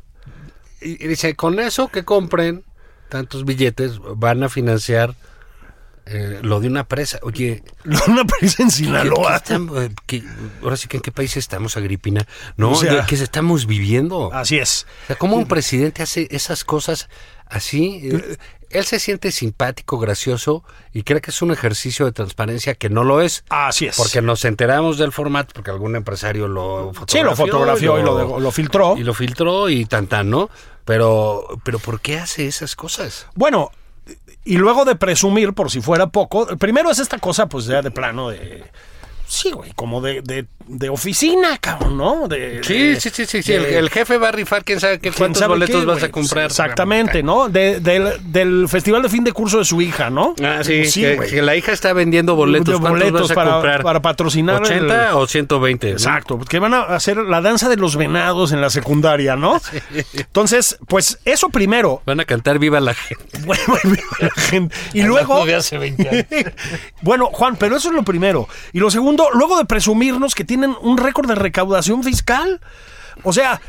y, y dice, con eso que compren tantos billetes, van a financiar eh, lo de una presa. Oye,
Una presa en
¿qué- qué
Sinaloa.
estamos- eh, qué- ahora sí que en qué país estamos, Agripina? No,
O sea-
¿qué estamos viviendo?
Así es.
O sea, ¿Cómo un presidente hace esas cosas así? Eh, Él se siente simpático, gracioso y cree que es un ejercicio de transparencia que no lo es.
Así es.
Porque nos enteramos del formato, porque algún empresario lo fotografió.
Sí, lo fotografió y lo, de- lo filtró.
y lo filtró y tan tan, ¿no? Pero, pero ¿por qué hace esas cosas?
Bueno, y luego de presumir, por si fuera poco, primero es esta cosa, pues ya de plano de. Sí, güey, como de, de, de oficina, cabrón, ¿no? De,
Eh,
de-
El, el jefe va a rifar, quién sabe qué,
¿quién
cuántos
sabe
boletos
qué,
vas
güey?
a comprar.
Exactamente, ¿no? De- del, del festival de fin de curso de su hija, ¿no? Pues
Ah, sí, que,
güey.
que la hija está vendiendo boletos.
De
¿Cuántos
boletos
vas a
para-
comprar?
para patrocinar el-
¿80 o 120? ¿no?
Exacto, porque van a hacer la danza de los venados en la secundaria, ¿no? Entonces, pues eso primero.
Van a cantar Viva la gente.
Bueno, y luego.
de hace 20 años.
bueno, Juan, pero eso es lo primero. Y lo segundo, luego de presumirnos que tienen un récord de recaudación fiscal. O sea,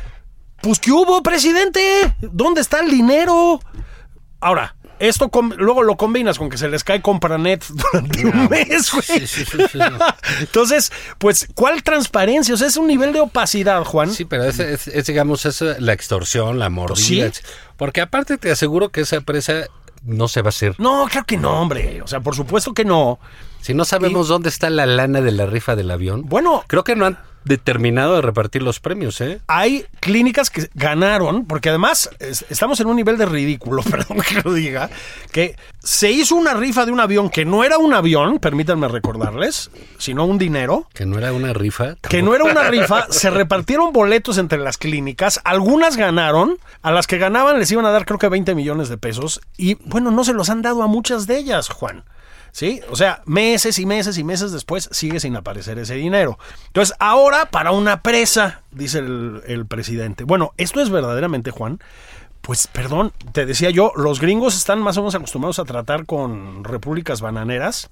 pues ¿qué hubo, presidente? ¿Dónde está el dinero? Ahora, esto com- luego lo combinas con que se les cae Compranet durante un mes, güey.
sí, sí, sí, sí, no.
Entonces, pues, ¿cuál transparencia? O sea, es un nivel de opacidad, Juan.
Sí, pero es, es- es, digamos, es eh, la extorsión, la mordida.
Pues Sí.
Porque aparte te aseguro que esa presa no se va a hacer.
No, claro que no, hombre. O sea, por supuesto que no.
Si no sabemos dónde está la lana de la rifa del avión,
Bueno.
creo que no han determinado de repartir los premios, ¿eh?
Hay clínicas que ganaron, porque además es- estamos en un nivel de ridículo, perdón que lo diga, que se hizo una rifa de un avión que no era un avión, permítanme recordarles, sino un dinero.
Que no era una rifa.
que no era una rifa, se repartieron boletos entre las clínicas, algunas ganaron, a las que ganaban les iban a dar creo que 20 millones de pesos y bueno, no se los han dado a muchas de ellas, Juan. ¿Sí? O sea, meses y meses y meses después sigue sin aparecer ese dinero. Entonces, ahora para una presa, dice el, el presidente. Bueno, esto es verdaderamente, Juan. Pues perdón, te decía yo, los gringos están más o menos acostumbrados a tratar con repúblicas bananeras.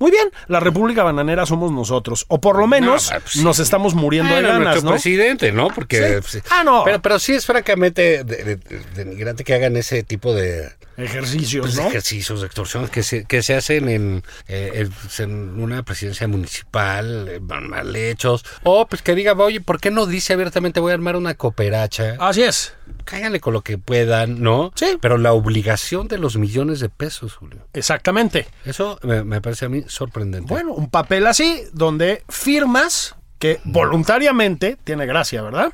Muy bien, la república bananera somos nosotros, o por lo menos
No, pues, sí.
nos estamos muriendo
Bueno,
de ganas,
nuestro
¿no?
presidente, ¿no? Porque pues,
Sí. Ah, no.
Pero, pero sí es francamente de- de- de- denigrante que hagan ese tipo de,
Ejercicios,
pues,
¿no?
ejercicios de extorsión que se, que se hacen en, eh, en- pues, en una presidencia municipal, eh, mal hechos. O pues que diga, oye, ¿por qué no dice abiertamente voy a armar una cooperacha?
Así es.
Cáiganle con lo que puedan, ¿no?
Ah. Sí.
Pero la obligación de los millones de pesos, Julio.
Exactamente.
Eso me, me parece a mí sorprendente.
Bueno, un papel así donde firmas que voluntariamente tiene gracia, ¿verdad?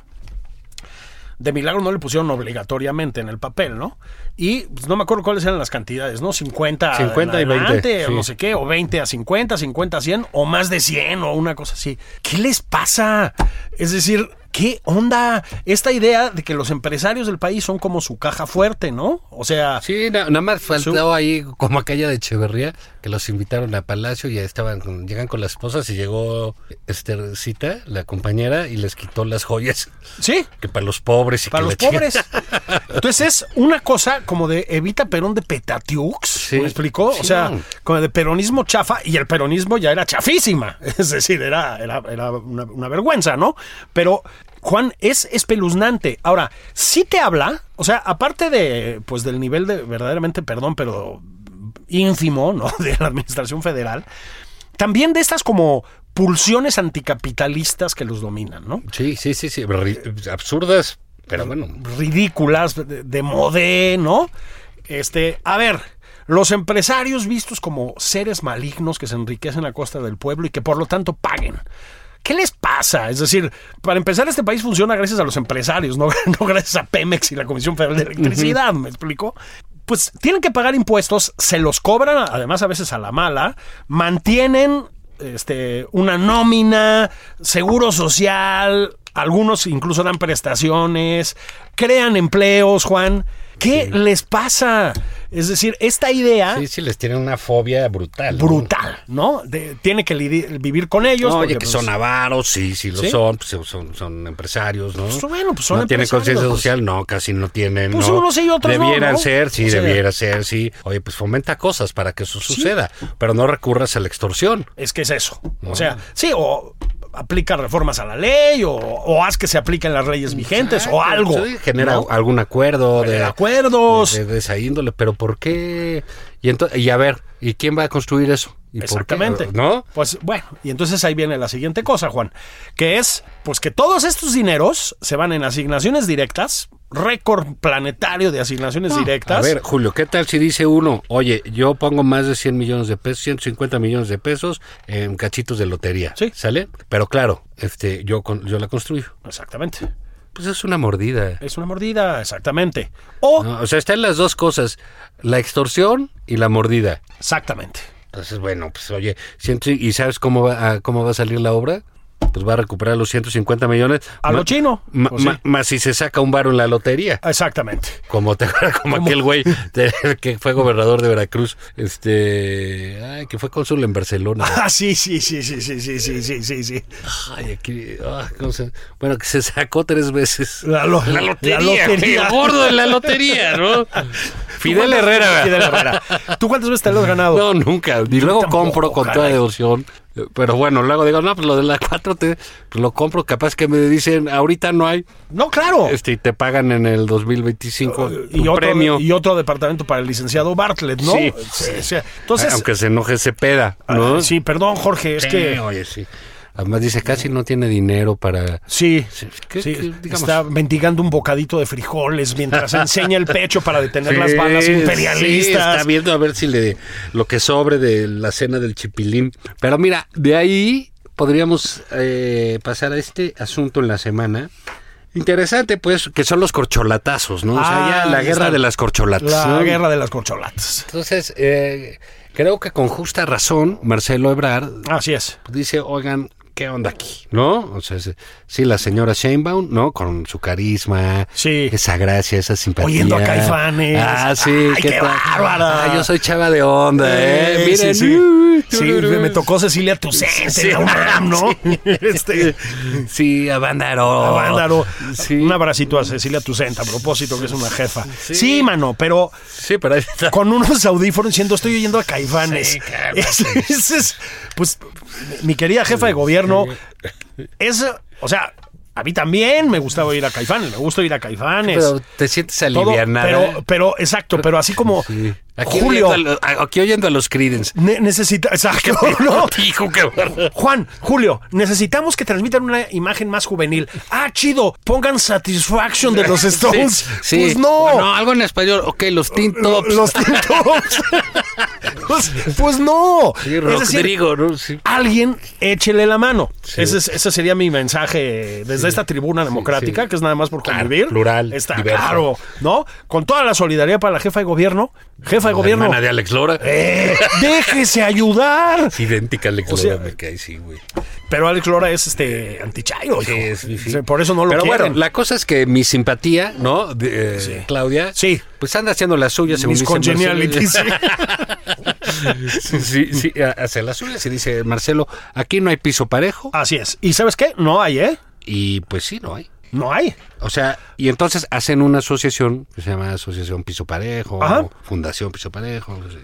De milagro no le pusieron obligatoriamente en el papel, ¿no? Y pues, no me acuerdo cuáles eran las cantidades, ¿no? 50 a
50 y 20,
adelante, o
sí.
no sé qué, o 20 a 50, 50 a 100, o más de 100, o una cosa así. ¿Qué les pasa? Es decir, ¿qué onda? Esta idea de que los empresarios del país son como su caja fuerte, ¿no? O sea,
Sí, na- nada más faltó ahí como aquella de Echeverría, que los invitaron a Palacio y ya estaban, con- llegan con las esposas y llegó Estercita, la compañera, y les quitó las joyas,
sí,
que para los pobres y
Para
que
los
la chingada.
pobres. Entonces es una cosa como de Evita Perón de Petatiux,
Sí.
¿me explicó? O
Sí.
sea, como de peronismo chafa, y el peronismo ya era chafísima. Es decir, era, era, era una, una vergüenza, ¿no? Pero, Juan, es espeluznante. Ahora, sí te habla, o sea, aparte de, pues, del nivel de, verdaderamente, perdón, pero ínfimo, ¿no? De la administración federal, también de estas como pulsiones anticapitalistas que los dominan, ¿no?
Sí, sí, sí, sí, ri- absurdas, pero bueno.
ridículas de, de modé, ¿no? Este, a ver, los empresarios vistos como seres malignos que se enriquecen a costa del pueblo y que por lo tanto paguen. ¿Qué les pasa? Es decir, para empezar, este país funciona gracias a los empresarios, no, no gracias a Pemex y la Comisión Federal de Electricidad, ¿me explico? Pues tienen que pagar impuestos, se los cobran, además a veces a la mala, mantienen este, una nómina, seguro social, algunos incluso dan prestaciones, crean empleos, Juan. ¿Qué les pasa? Es decir, esta idea
Sí, sí, les tienen una fobia brutal. ¿no?
brutal, ¿no? De- tiene que lidi- vivir con ellos.
No, oye,
porque,
que
pues,
son avaros, sí, sí lo
¿Sí?
son, pues, son, son empresarios, ¿no?
Pues, bueno, pues, son
No tienen
empresarios,
conciencia
pues.
social, no, casi no tienen.
Pues,
¿no?
unos sí y otros no,
Debieran
¿no?
ser, sí,
O sea,
debiera ser, sí. Oye, pues fomenta cosas para que eso suceda, pero no recurras a la extorsión.
Es que es eso. O sea, sí, o aplica reformas a la ley, o, o haz que se apliquen las leyes vigentes, o algo.
Sí, genera
¿no?
algún acuerdo de,
De acuerdos.
de- de esa índole, pero ¿por qué? Y, entonces, y a ver, ¿y quién va a construir eso? ¿Y por qué?
Exactamente.
¿No?
Pues bueno, y entonces ahí viene la siguiente cosa, Juan, que es pues que todos estos dineros se van en asignaciones directas, récord planetario de asignaciones directas.
Ah, A ver, Julio, ¿qué tal si dice uno, oye, yo pongo más de 100 millones de pesos, 150 millones de pesos en cachitos de lotería?
Sí.
¿Sale? Pero claro, este, yo, con- yo la construyo.
Exactamente.
Pues es una mordida.
Es una mordida, exactamente. O
¿no? O sea, están las dos cosas, la extorsión y la mordida.
exactamente.
Entonces, bueno, pues oye, ciento- ¿y sabes cómo va, a, cómo va a salir la obra? Pues va a recuperar los 150 millones.
A
Ma-
lo chino.
ma-
Pues sí.
ma- Más si se saca un varo en la lotería.
Exactamente.
Como te acuerdas, como aquel güey de- que fue gobernador de Veracruz, este, ay, que fue cónsul en Barcelona.
Ah, sí, sí, sí, sí, sí, sí, sí, sí, sí, sí.
Ay, aquí, ah, ¿cómo se- bueno, que se sacó tres veces.
La lo- la
lotería,
lotería.
güey, el gordo de la lotería, ¿no? Fidel
¿Cuántas-
Herrera.
Fidel Herrera. ¿Tú cuántas veces te lo has ganado?
No, nunca. Y luego
tampoco,
compro con toda
caray.
devoción. Eh, Pero bueno, luego digo, no, pues lo de la 4T, pues lo compro. Capaz que me dicen, ahorita no hay.
No, claro.
Este, y te pagan en el 2025
Oh. y
tu
otro,
premio.
y otro departamento para el licenciado Bartlett, ¿no?
Sí.
Sí, sí. Entonces,
Aunque se enoje, se peda,
ah,
¿no?
sí, perdón, Jorge, es
Sí,
que
oye, sí. Además dice, casi no tiene dinero para...
Sí,
¿Qué-
sí,
qué- digamos?
está mendigando un bocadito de frijoles mientras enseña el pecho para detener las
Sí,
balas
sí,
imperialistas.
está viendo a ver si le lo que sobre de la cena del chipilín. Pero mira, de ahí podríamos eh, pasar a este asunto en la semana. Interesante, pues, que son los corcholatazos, ¿no? o sea,
Ah,
ya la
ahí
guerra
está.
de las corcholatas.
la
¿no?
guerra de las corcholatas.
Entonces, eh, creo que con justa razón, Marcelo Ebrard
Así es.
dice, oigan, ¿qué onda aquí? ¿No? O sea, se- sí, la señora Sheinbaum, ¿no? Con su carisma,
Sí.
esa gracia, esa simpatía.
Oyendo a Caifanes.
Ah, sí.
Ay, qué
tal?
bárbara.
Ah, yo soy chava de onda, ¿eh?
Eh,
Miren.
sí, sí.
uh,
Sí,
tururú.
me tocó Cecilia Tucente,
Sí.
la UNAM, ¿no? Este,
Sí, Abándaro.
Avándaro.
Sí.
Un abracito a Cecilia Tucente, a propósito, que es una jefa. Sí, mano, pero
Sí, pero ahí está.
con unos audífonos diciendo estoy oyendo a Caifanes. Es- es- es- pues, mi querida jefa de gobierno, es, o sea, a mí también me gustaba ir a Caifanes, me gusta ir a Caifanes.
Pero te sientes
todo,
alivianada. ¿eh?
pero, pero, exacto, pero así como
Sí. Aquí,
Julio
oyendo a los, aquí oyendo a los Creedence.
ne- necesita, exacto, ¿no? Pues,
Hijo, qué bárbaro.
Juan, Julio, necesitamos que transmitan una imagen más juvenil. Ah, chido, pongan Satisfaction de los Stones.
Sí.
Pues no.
Bueno, algo en español. Ok, los Tintops.
Los Teen Tops. pues, pues no.
Sí,
Es decir,
Rodrigo, ¿no? Sí.
alguien échele la mano. Ese, es- ese sería mi mensaje desde esta tribuna democrática,
sí.
que es nada más por
Claro,
convivir.
plural,
Está
diverso.
claro, ¿no? Con toda la solidaridad para la jefa de gobierno. Jefa de
La
gobierno,
hermana de Alex Lora.
eh, déjese ayudar.
Es idéntica a Alex
sea,
Lora, me cae, sí, güey.
Pero Alex Lora es este antichayo.
Sí,
hijo.
es- sí, sí.
O sea, Por eso no lo
Pero
quieren.
bueno, la cosa es que mi simpatía, ¿no? De, eh, Claudia.
Sí.
Pues anda haciendo la suya, según
Mis
dice
congenialities.
Marcelo. sí, sí, hace la suya. Se dice, Marcelo, aquí no hay piso parejo.
Así es. ¿Y sabes qué? No hay, ¿eh?
Y pues sí, no hay.
No hay.
O sea, y entonces hacen una asociación que se llama Asociación Piso Parejo,
Ajá.
o Fundación Piso Parejo, no sé,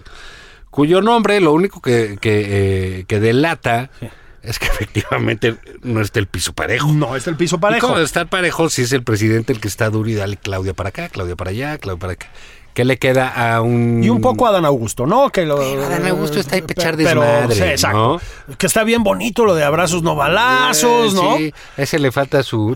cuyo nombre lo único que, que, eh, que delata es que efectivamente no está el piso parejo.
No está el piso
¿Y
parejo.
cómo estar parejo si es el presidente el que está duro y dale Claudia para acá, Claudia para allá, Claudia para acá? ¿Qué le queda a un...
Y un poco a Dan Augusto, ¿no? Que lo,
Pero Dan Augusto está ahí
pe-
pechar
pero,
desmadre,
sí, exacto. Que está bien bonito lo de abrazos no balazos,
Eh,
¿no?
Sí, a ese le falta su...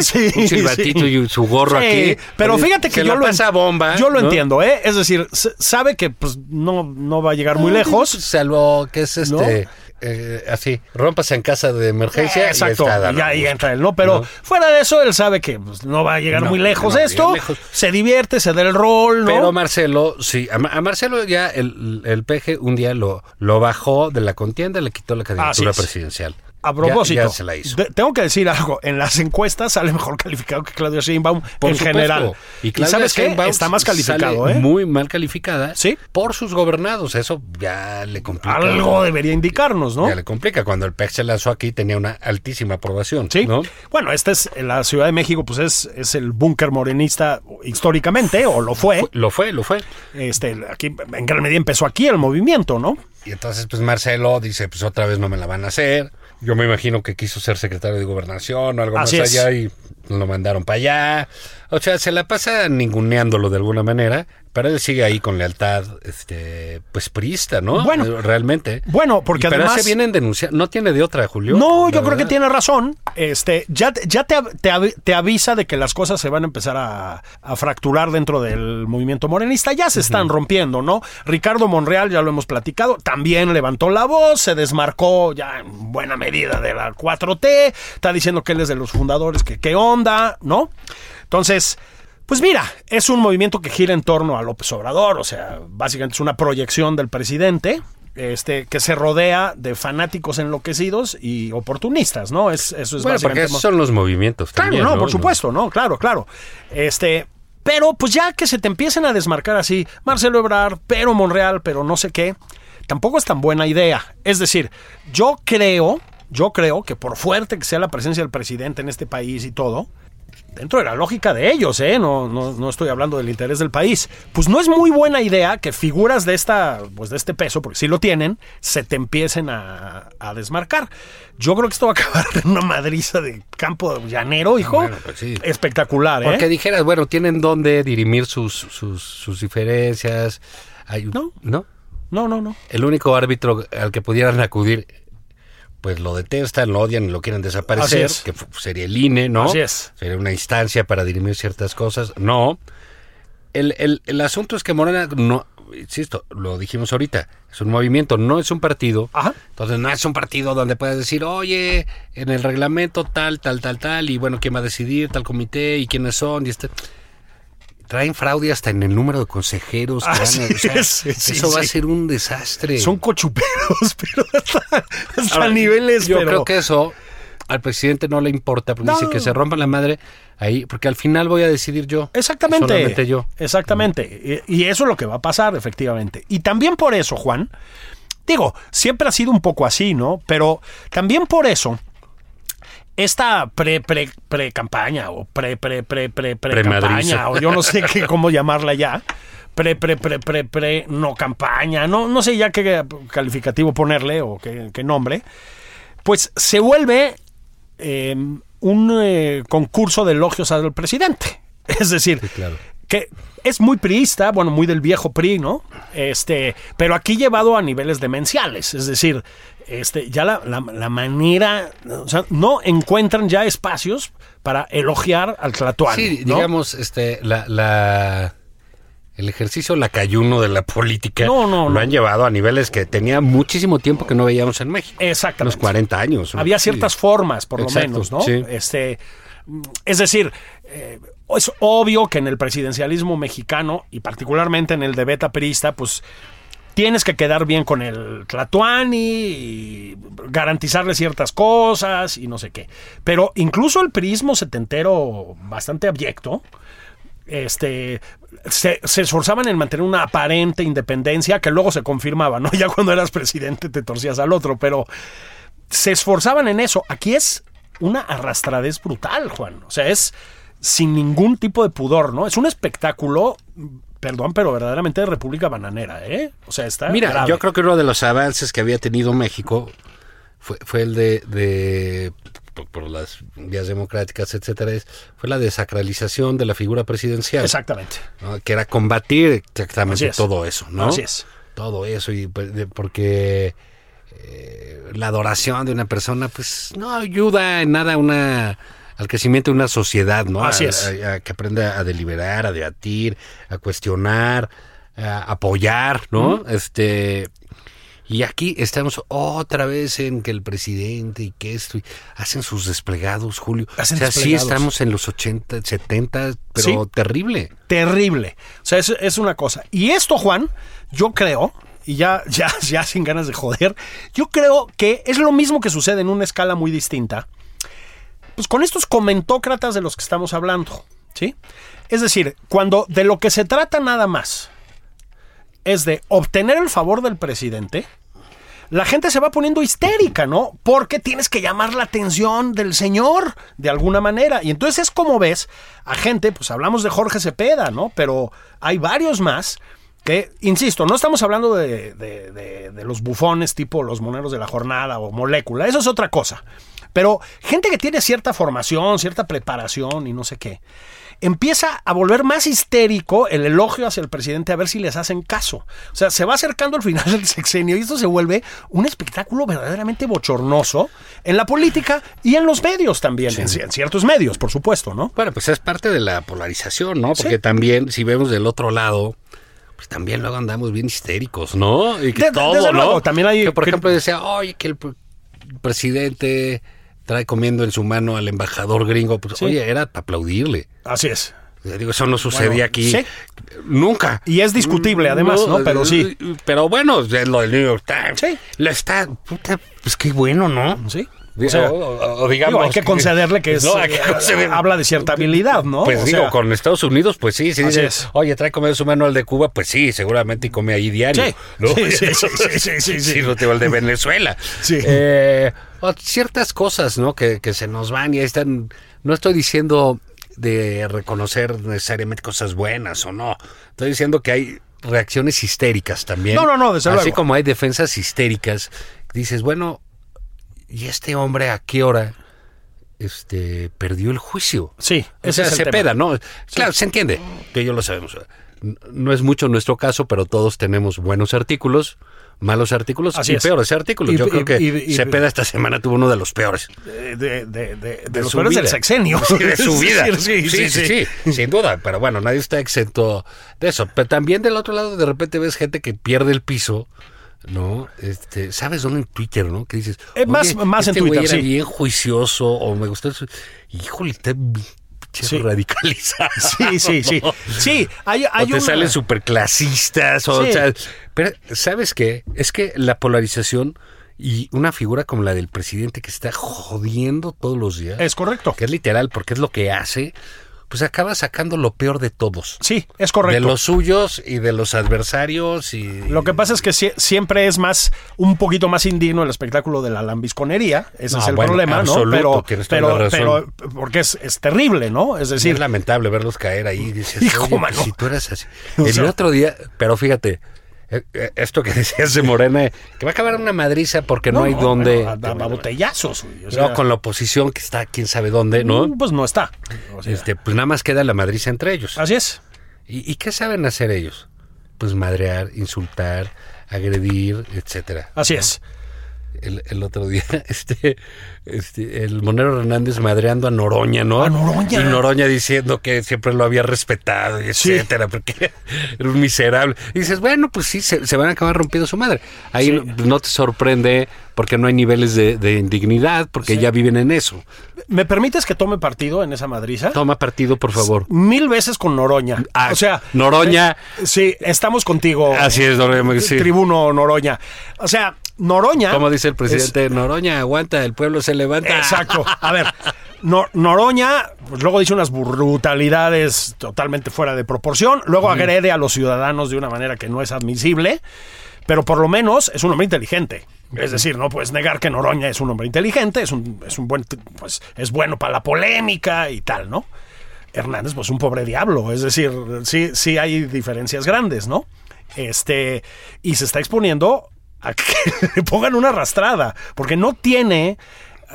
Sí,
Un silbatito y su gorro aquí.
Pero
Oye,
fíjate que
se la
yo lo en-
pasa bomba,
Yo lo
¿no?
entiendo, ¿eh? Es decir, s- sabe que pues no, no va a llegar muy lejos.
Salvo que es este.
¿No?
eh, así, rompas en casa de emergencia.
Eh, Exacto,
Y está Dan
y ahí
Augusto.
entra él, ¿no? Pero
No.
fuera de eso, él sabe que pues, no va a llegar
No,
muy lejos
no va a
esto.
llegar lejos.
Se divierte, se da el rol, ¿no?
Pero Marcelo, sí, a, Ma- a Marcelo ya el, el PG un día lo, lo bajó de la contienda, le quitó la candidatura
es.
presidencial.
A propósito,
Ya, ya se la hizo.
de- tengo que decir algo. En las encuestas sale mejor calificado que Claudia Sheinbaum
Por
en
supuesto.
general. Y,
Claudia
sabes qué?
Sheinbaum
está más
sale
calificado, ¿eh?
Muy mal calificada.
Sí.
Por sus gobernados. Eso ya le complica.
Algo debería indicarnos, ¿no?
Ya le complica. Cuando el PEG se lanzó aquí tenía una altísima aprobación.
Sí.
¿no?
Bueno, esta es la Ciudad de México, pues es, es el búnker morenista históricamente, o lo fue.
Lo fue, lo fue.
Este, aquí, en gran medida empezó aquí el movimiento, ¿no?
Y entonces, pues Marcelo dice, pues otra vez no me la van a hacer. Yo me imagino que quiso ser secretario de gobernación o algo
Así
más
es.
allá y lo mandaron para allá. O sea, se la pasa ninguneándolo de alguna manera, pero él sigue ahí con lealtad, este, pues priista, ¿no?
Bueno.
Eh, realmente.
Bueno, porque
Y- pero
además-
se vienen denunciar, no tiene de otra, Julio.
No,
La
yo creo que
verdad.
tiene razón. Este, ya, te- ya te, av- te av- te avisa de que las cosas se van a empezar a, a fracturar dentro del movimiento morenista. Ya se están rompiendo, ¿no? Ricardo Monreal, ya lo hemos platicado, también levantó la voz, se desmarcó ya en buena medida de la 4T, está diciendo que él es de los fundadores, que qué onda, ¿no? Entonces... Pues mira, es un movimiento que gira en torno a López Obrador, o sea, básicamente es una proyección del presidente, este, que se rodea de fanáticos enloquecidos y oportunistas, ¿no? Es, eso es
Bueno, porque
básicamente.
esos son los movimientos
Claro,
también,
no,
¿no?
por supuesto, ¿no? Claro, claro. Este. Pero pues ya que se te empiecen a desmarcar así, Marcelo Ebrard, pero Monreal, pero no sé qué, tampoco es tan buena idea. Es decir, yo creo, yo creo que por fuerte que sea la presencia del presidente en este país y todo, dentro de la lógica de ellos, ¿eh? no, no, no estoy hablando del interés del país, pues no es muy buena idea que figuras de, esta, pues de este peso, porque si lo tienen, se te empiecen a, a desmarcar. Yo creo que esto va a acabar en una madriza de campo llanero, hijo.
Bueno, pues sí.
Espectacular, ¿eh?
Porque dijeras, bueno, tienen dónde dirimir sus, sus, sus diferencias. Hay un-
No.
¿No?
No, no, no.
El único árbitro al que pudieran acudir pues lo detestan, lo odian y lo quieren desaparecer,
Así es.
que fu- sería el INE, ¿no?
Así es.
Sería una instancia para dirimir ciertas cosas. No. El, el- el asunto es que Morena, no, insisto, lo dijimos ahorita, es un movimiento, no es un partido.
Ajá.
Entonces no es un partido donde puedas decir, oye, en el reglamento tal, tal, tal, tal, y bueno, ¿quién va a decidir? Tal comité, y quiénes son, y este... Traen fraude hasta en el número de consejeros. que
Así
van a- o sea,
es, Ah, sí, sí,
eso va a
sí.
ser un desastre.
Son cochuperos, pero hasta, hasta
Ahora,
niveles.
Yo
pero-
creo que eso al presidente no le importa, porque dice que se rompa la madre ahí, porque al final voy a decidir yo.
Exactamente.
Solamente yo.
Exactamente. Y y eso es lo que va a pasar, efectivamente. Y también por eso, Juan, digo, siempre ha sido un poco así, ¿no? Pero también por eso, esta pre, pre, pre campaña o pre, pre, pre, pre, pre
Premadriza.
campaña, o yo no sé qué, cómo llamarla ya. Pre, pre, pre, pre, pre, no campaña, no, no sé ya qué calificativo ponerle o qué, qué nombre, pues se vuelve eh, un eh, concurso de elogios al presidente. Es decir,
claro.
que es muy priista, bueno, muy del viejo PRI, ¿no? Este, pero aquí llevado a niveles demenciales. Es decir, este, ya la, la- la manera, o sea, no encuentran ya espacios para elogiar al Tlatuani.
Sí,
¿no?
digamos, este, la, la- el ejercicio lacayuno de la política
No, no,
lo
no.
han llevado a niveles que tenía muchísimo tiempo que no veíamos en México.
Exactamente.
Unos 40 años. una
Había
cosa así.
ciertas formas, por
Exacto,
lo menos, ¿no?
sí.
Este, mm, es decir, eh, es obvio que en el presidencialismo mexicano y particularmente en el de beta perista, pues tienes que quedar bien con el Tlatuani y garantizarle ciertas cosas y no sé qué. Pero incluso el prismo setentero bastante abyecto, este, se, se esforzaban en mantener una aparente independencia que luego se confirmaba, ¿no? Ya cuando eras presidente te torcías al otro, pero se esforzaban en eso. Aquí es una arrastradez brutal, Juan. O sea, es sin ningún tipo de pudor, ¿no? Es un espectáculo, perdón, pero verdaderamente de República Bananera, ¿eh? O sea, está.
Mira,
grave.
yo creo que uno de los avances que había tenido México fue, fue el de, de- por, por las vías democráticas, etcétera, es- fue la desacralización de la figura presidencial,
Exactamente.
¿no? que era combatir
Así
exactamente
es.
todo eso, ¿no?
Así es.
Todo eso y pues, de- porque eh, la adoración de una persona, pues, no ayuda en nada a una al crecimiento de una sociedad, ¿no?
Así
A-
es.
a- a que aprenda a deliberar, a debatir, a cuestionar, a apoyar, ¿no? Este y aquí estamos otra vez en que el presidente y que esto y hacen sus desplegados, Julio.
Hacen
o sea, sí
desplegados.
estamos en los 80, 70, pero
Sí.
terrible.
Terrible. O sea, es, es una cosa. Y esto, Juan, yo creo, y ya, ya, ya sin ganas de joder, yo creo que es lo mismo que sucede en una escala muy distinta. Pues con estos comentócratas de los que estamos hablando, ¿sí? Es decir, cuando de lo que se trata nada más es de obtener el favor del presidente, la gente se va poniendo histérica, ¿no? Porque tienes que llamar la atención del señor de alguna manera. Y entonces es como ves a gente, pues hablamos de Jorge Cepeda, ¿no? Pero hay varios más que, insisto, no estamos hablando de, de- de- de los bufones tipo los moneros de la jornada o molécula, eso es otra cosa. Pero gente que tiene cierta formación, cierta preparación y no sé qué empieza a volver más histérico el elogio hacia el presidente a ver si les hacen caso. O sea, se va acercando al final del sexenio y esto se vuelve un espectáculo verdaderamente bochornoso en la política y en los medios también, en, ci- en ciertos medios, por supuesto, ¿no?
Bueno, pues es parte de la polarización, ¿no? Porque también, si vemos del otro lado, pues también luego andamos bien histéricos, ¿no? Y que
De-
todo,
desde
¿no?
luego, también hay-
Que, por
que-
ejemplo, decía, oye, que el pre- presidente trae comiendo en su mano al embajador gringo. Pues, oye, era para aplaudirle.
Así es.
Yo digo, eso no sucedía
Bueno,
aquí
sí.
nunca. Mm, eh,
Y es discutible, además, ¿no? Pero sí.
Pero bueno, es lo del New York Times.
Sí.
Lo está, puta, pues qué bueno, ¿no?
Sí.
O,
sea,
o- o digamos
Digo, hay que concederle que es,
No, hay que
eh,
concederle.
habla de cierta habilidad, ¿no?
Pues
O
digo,
sea,
con Estados Unidos, pues sí, si
Así
dice,
es.
oye, trae comer su manual de Cuba, pues sí, seguramente y come ahí diario.
Sí.
¿no?
Sí, sí, sí, sí, sí, sí, sí.
Sí, no te va el de Venezuela.
Sí.
Eh, o ciertas cosas, ¿no? Que, que se nos van y ahí están. No estoy diciendo de reconocer necesariamente cosas buenas o no. Estoy diciendo que hay reacciones histéricas también.
No, no, no, desde
Así
luego.
como hay defensas histéricas, dices, bueno, ¿y este hombre a qué hora este, perdió el juicio?
Sí,
O
ese
sea,
es el
se
tema.
peda, ¿no? Claro, se entiende, que yo lo sabemos. No- No es mucho nuestro caso, pero todos tenemos buenos artículos, malos artículos
Así
y
es.
peores artículos.
Y-
Yo
y-
creo que
y- y-
Cepeda esta semana tuvo uno de los peores
De, de, de, de,
de
los
su
peores del
vida.
sexenio.
Sí, de su vida.
Sí, sí, sí.
sí, sin duda. Pero bueno, nadie está exento de eso. Pero también del otro lado, de repente ves gente que pierde el piso. No, este, sabes dónde en Twitter, ¿no? Que dices,
Eh, más-
"Oye,
más en
este güey
Twitter,
era
sí.
bien juicioso o me gustó eso. Híjole, está bien pinche
Sí.
radicalizado.
Sí, sí, sí. Sí, hay, hay
o te
una-
salen superclasistas. O,
Sí.
sea, pero, ¿sabes qué? Es que la polarización y una figura como la del presidente que está jodiendo todos los días.
Es correcto.
Que es literal, porque es lo que hace. Pues acaba sacando lo peor de todos.
Sí, es correcto.
De los suyos y de los adversarios y...
Lo que pasa es que sie- siempre es más, un poquito más indigno el espectáculo de la lambisconería. Ese
No,
es el
bueno,
problema, ¿no?
absoluto,
Pero,
tienes toda
pero,
la razón.
pero, porque es, es terrible, ¿no? Es
Sí,
decir,
es lamentable verlos caer ahí. Dices,
Hijo,
"Oye, pues,
mano".
Si tú eras así.
O
el
sea-
otro día, pero fíjate, eh, eh, esto que decías de Morena, eh, que va a acabar en una madriza porque no, hay dónde...
A, a- a botellazos. güey, o
No,
sea,
con la oposición que está quién sabe dónde, ¿no?
mm, Pues no está. O sea,
Este, pues nada más queda la madriza entre ellos.
Así es.
¿Y, y qué saben hacer ellos? Pues madrear, insultar, agredir, etcétera.
Así es.
El, el otro día, este, este, el Monero Hernández madreando a Noroña, ¿no?
A Noroña.
Y Noroña diciendo que siempre lo había respetado, y
Sí.
etcétera, porque era un miserable. Y dices, bueno, pues sí, se, se van a acabar rompiendo su madre. Ahí no, no te sorprende porque no hay niveles de, de indignidad, porque ya viven en eso.
¿Me permites que tome partido en esa madriza?
Toma partido, por favor.
Mil veces con Noroña.
Ah,
o sea,
Noroña.
es- sí, estamos contigo.
Así es, Noroña. sí.
Tribuno Noroña. O sea, Noroña.
Como dice el presidente, Noroña, aguanta, el pueblo se levanta.
Exacto. A ver, Nor- Noroña, pues luego dice unas brutalidades totalmente fuera de proporción, luego agrede a los ciudadanos de una manera que no es admisible, pero por lo menos es un hombre inteligente. Es decir, no puedes negar que Noroña es un hombre inteligente, es un, es un buen, t- pues es bueno para la polémica y tal, ¿no? Hernández, pues un pobre diablo, es decir, sí, sí hay diferencias grandes, ¿no? Este, y se está exponiendo a que le pongan una arrastrada, porque no tiene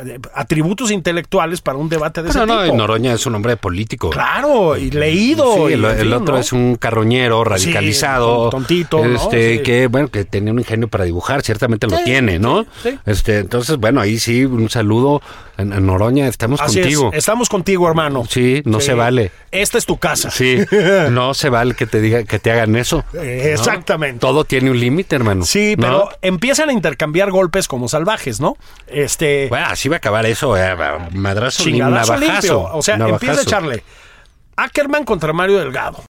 eh, atributos intelectuales para un debate de
Bueno,
ese
no,
tipo.
Noroña es un hombre político.
Claro, y leído.
Sí,
y
el,
en
el
fin,
otro
¿no?
es un carroñero radicalizado.
un tontito, ¿no?
Este,
Sí.
que, bueno, que tenía un ingenio para dibujar, ciertamente lo
Sí,
tiene, ¿no?
sí, sí.
Este, entonces, bueno, ahí sí, un saludo. A a Noroña, estamos
Así es,
contigo.
estamos contigo, hermano. Eh,
Sí, no se vale.
Esta es tu casa.
Sí, no se vale que te diga, que te hagan eso. ¿no?
Eh, exactamente.
Todo tiene un límite, hermano.
Sí,
¿no?
pero eh, empiezan a intercambiar golpes como salvajes, ¿no? Este.
Bueno, así va a acabar eso, eh, madrazo ni
chingadazo
navajazo.
limpio. O sea, empieza a
navajazo.
echarle Ackerman contra Mario Delgado.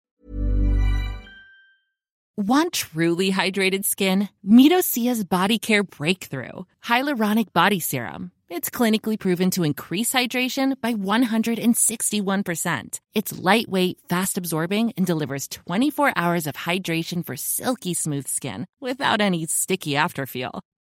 Want truly hydrated skin? Meet Osea's body care breakthrough, Hyaluronic Body Serum. It's clinically proven to increase hydration by 161%. It's lightweight, fast absorbing, and delivers 24 hours of hydration for silky smooth skin without any sticky afterfeel.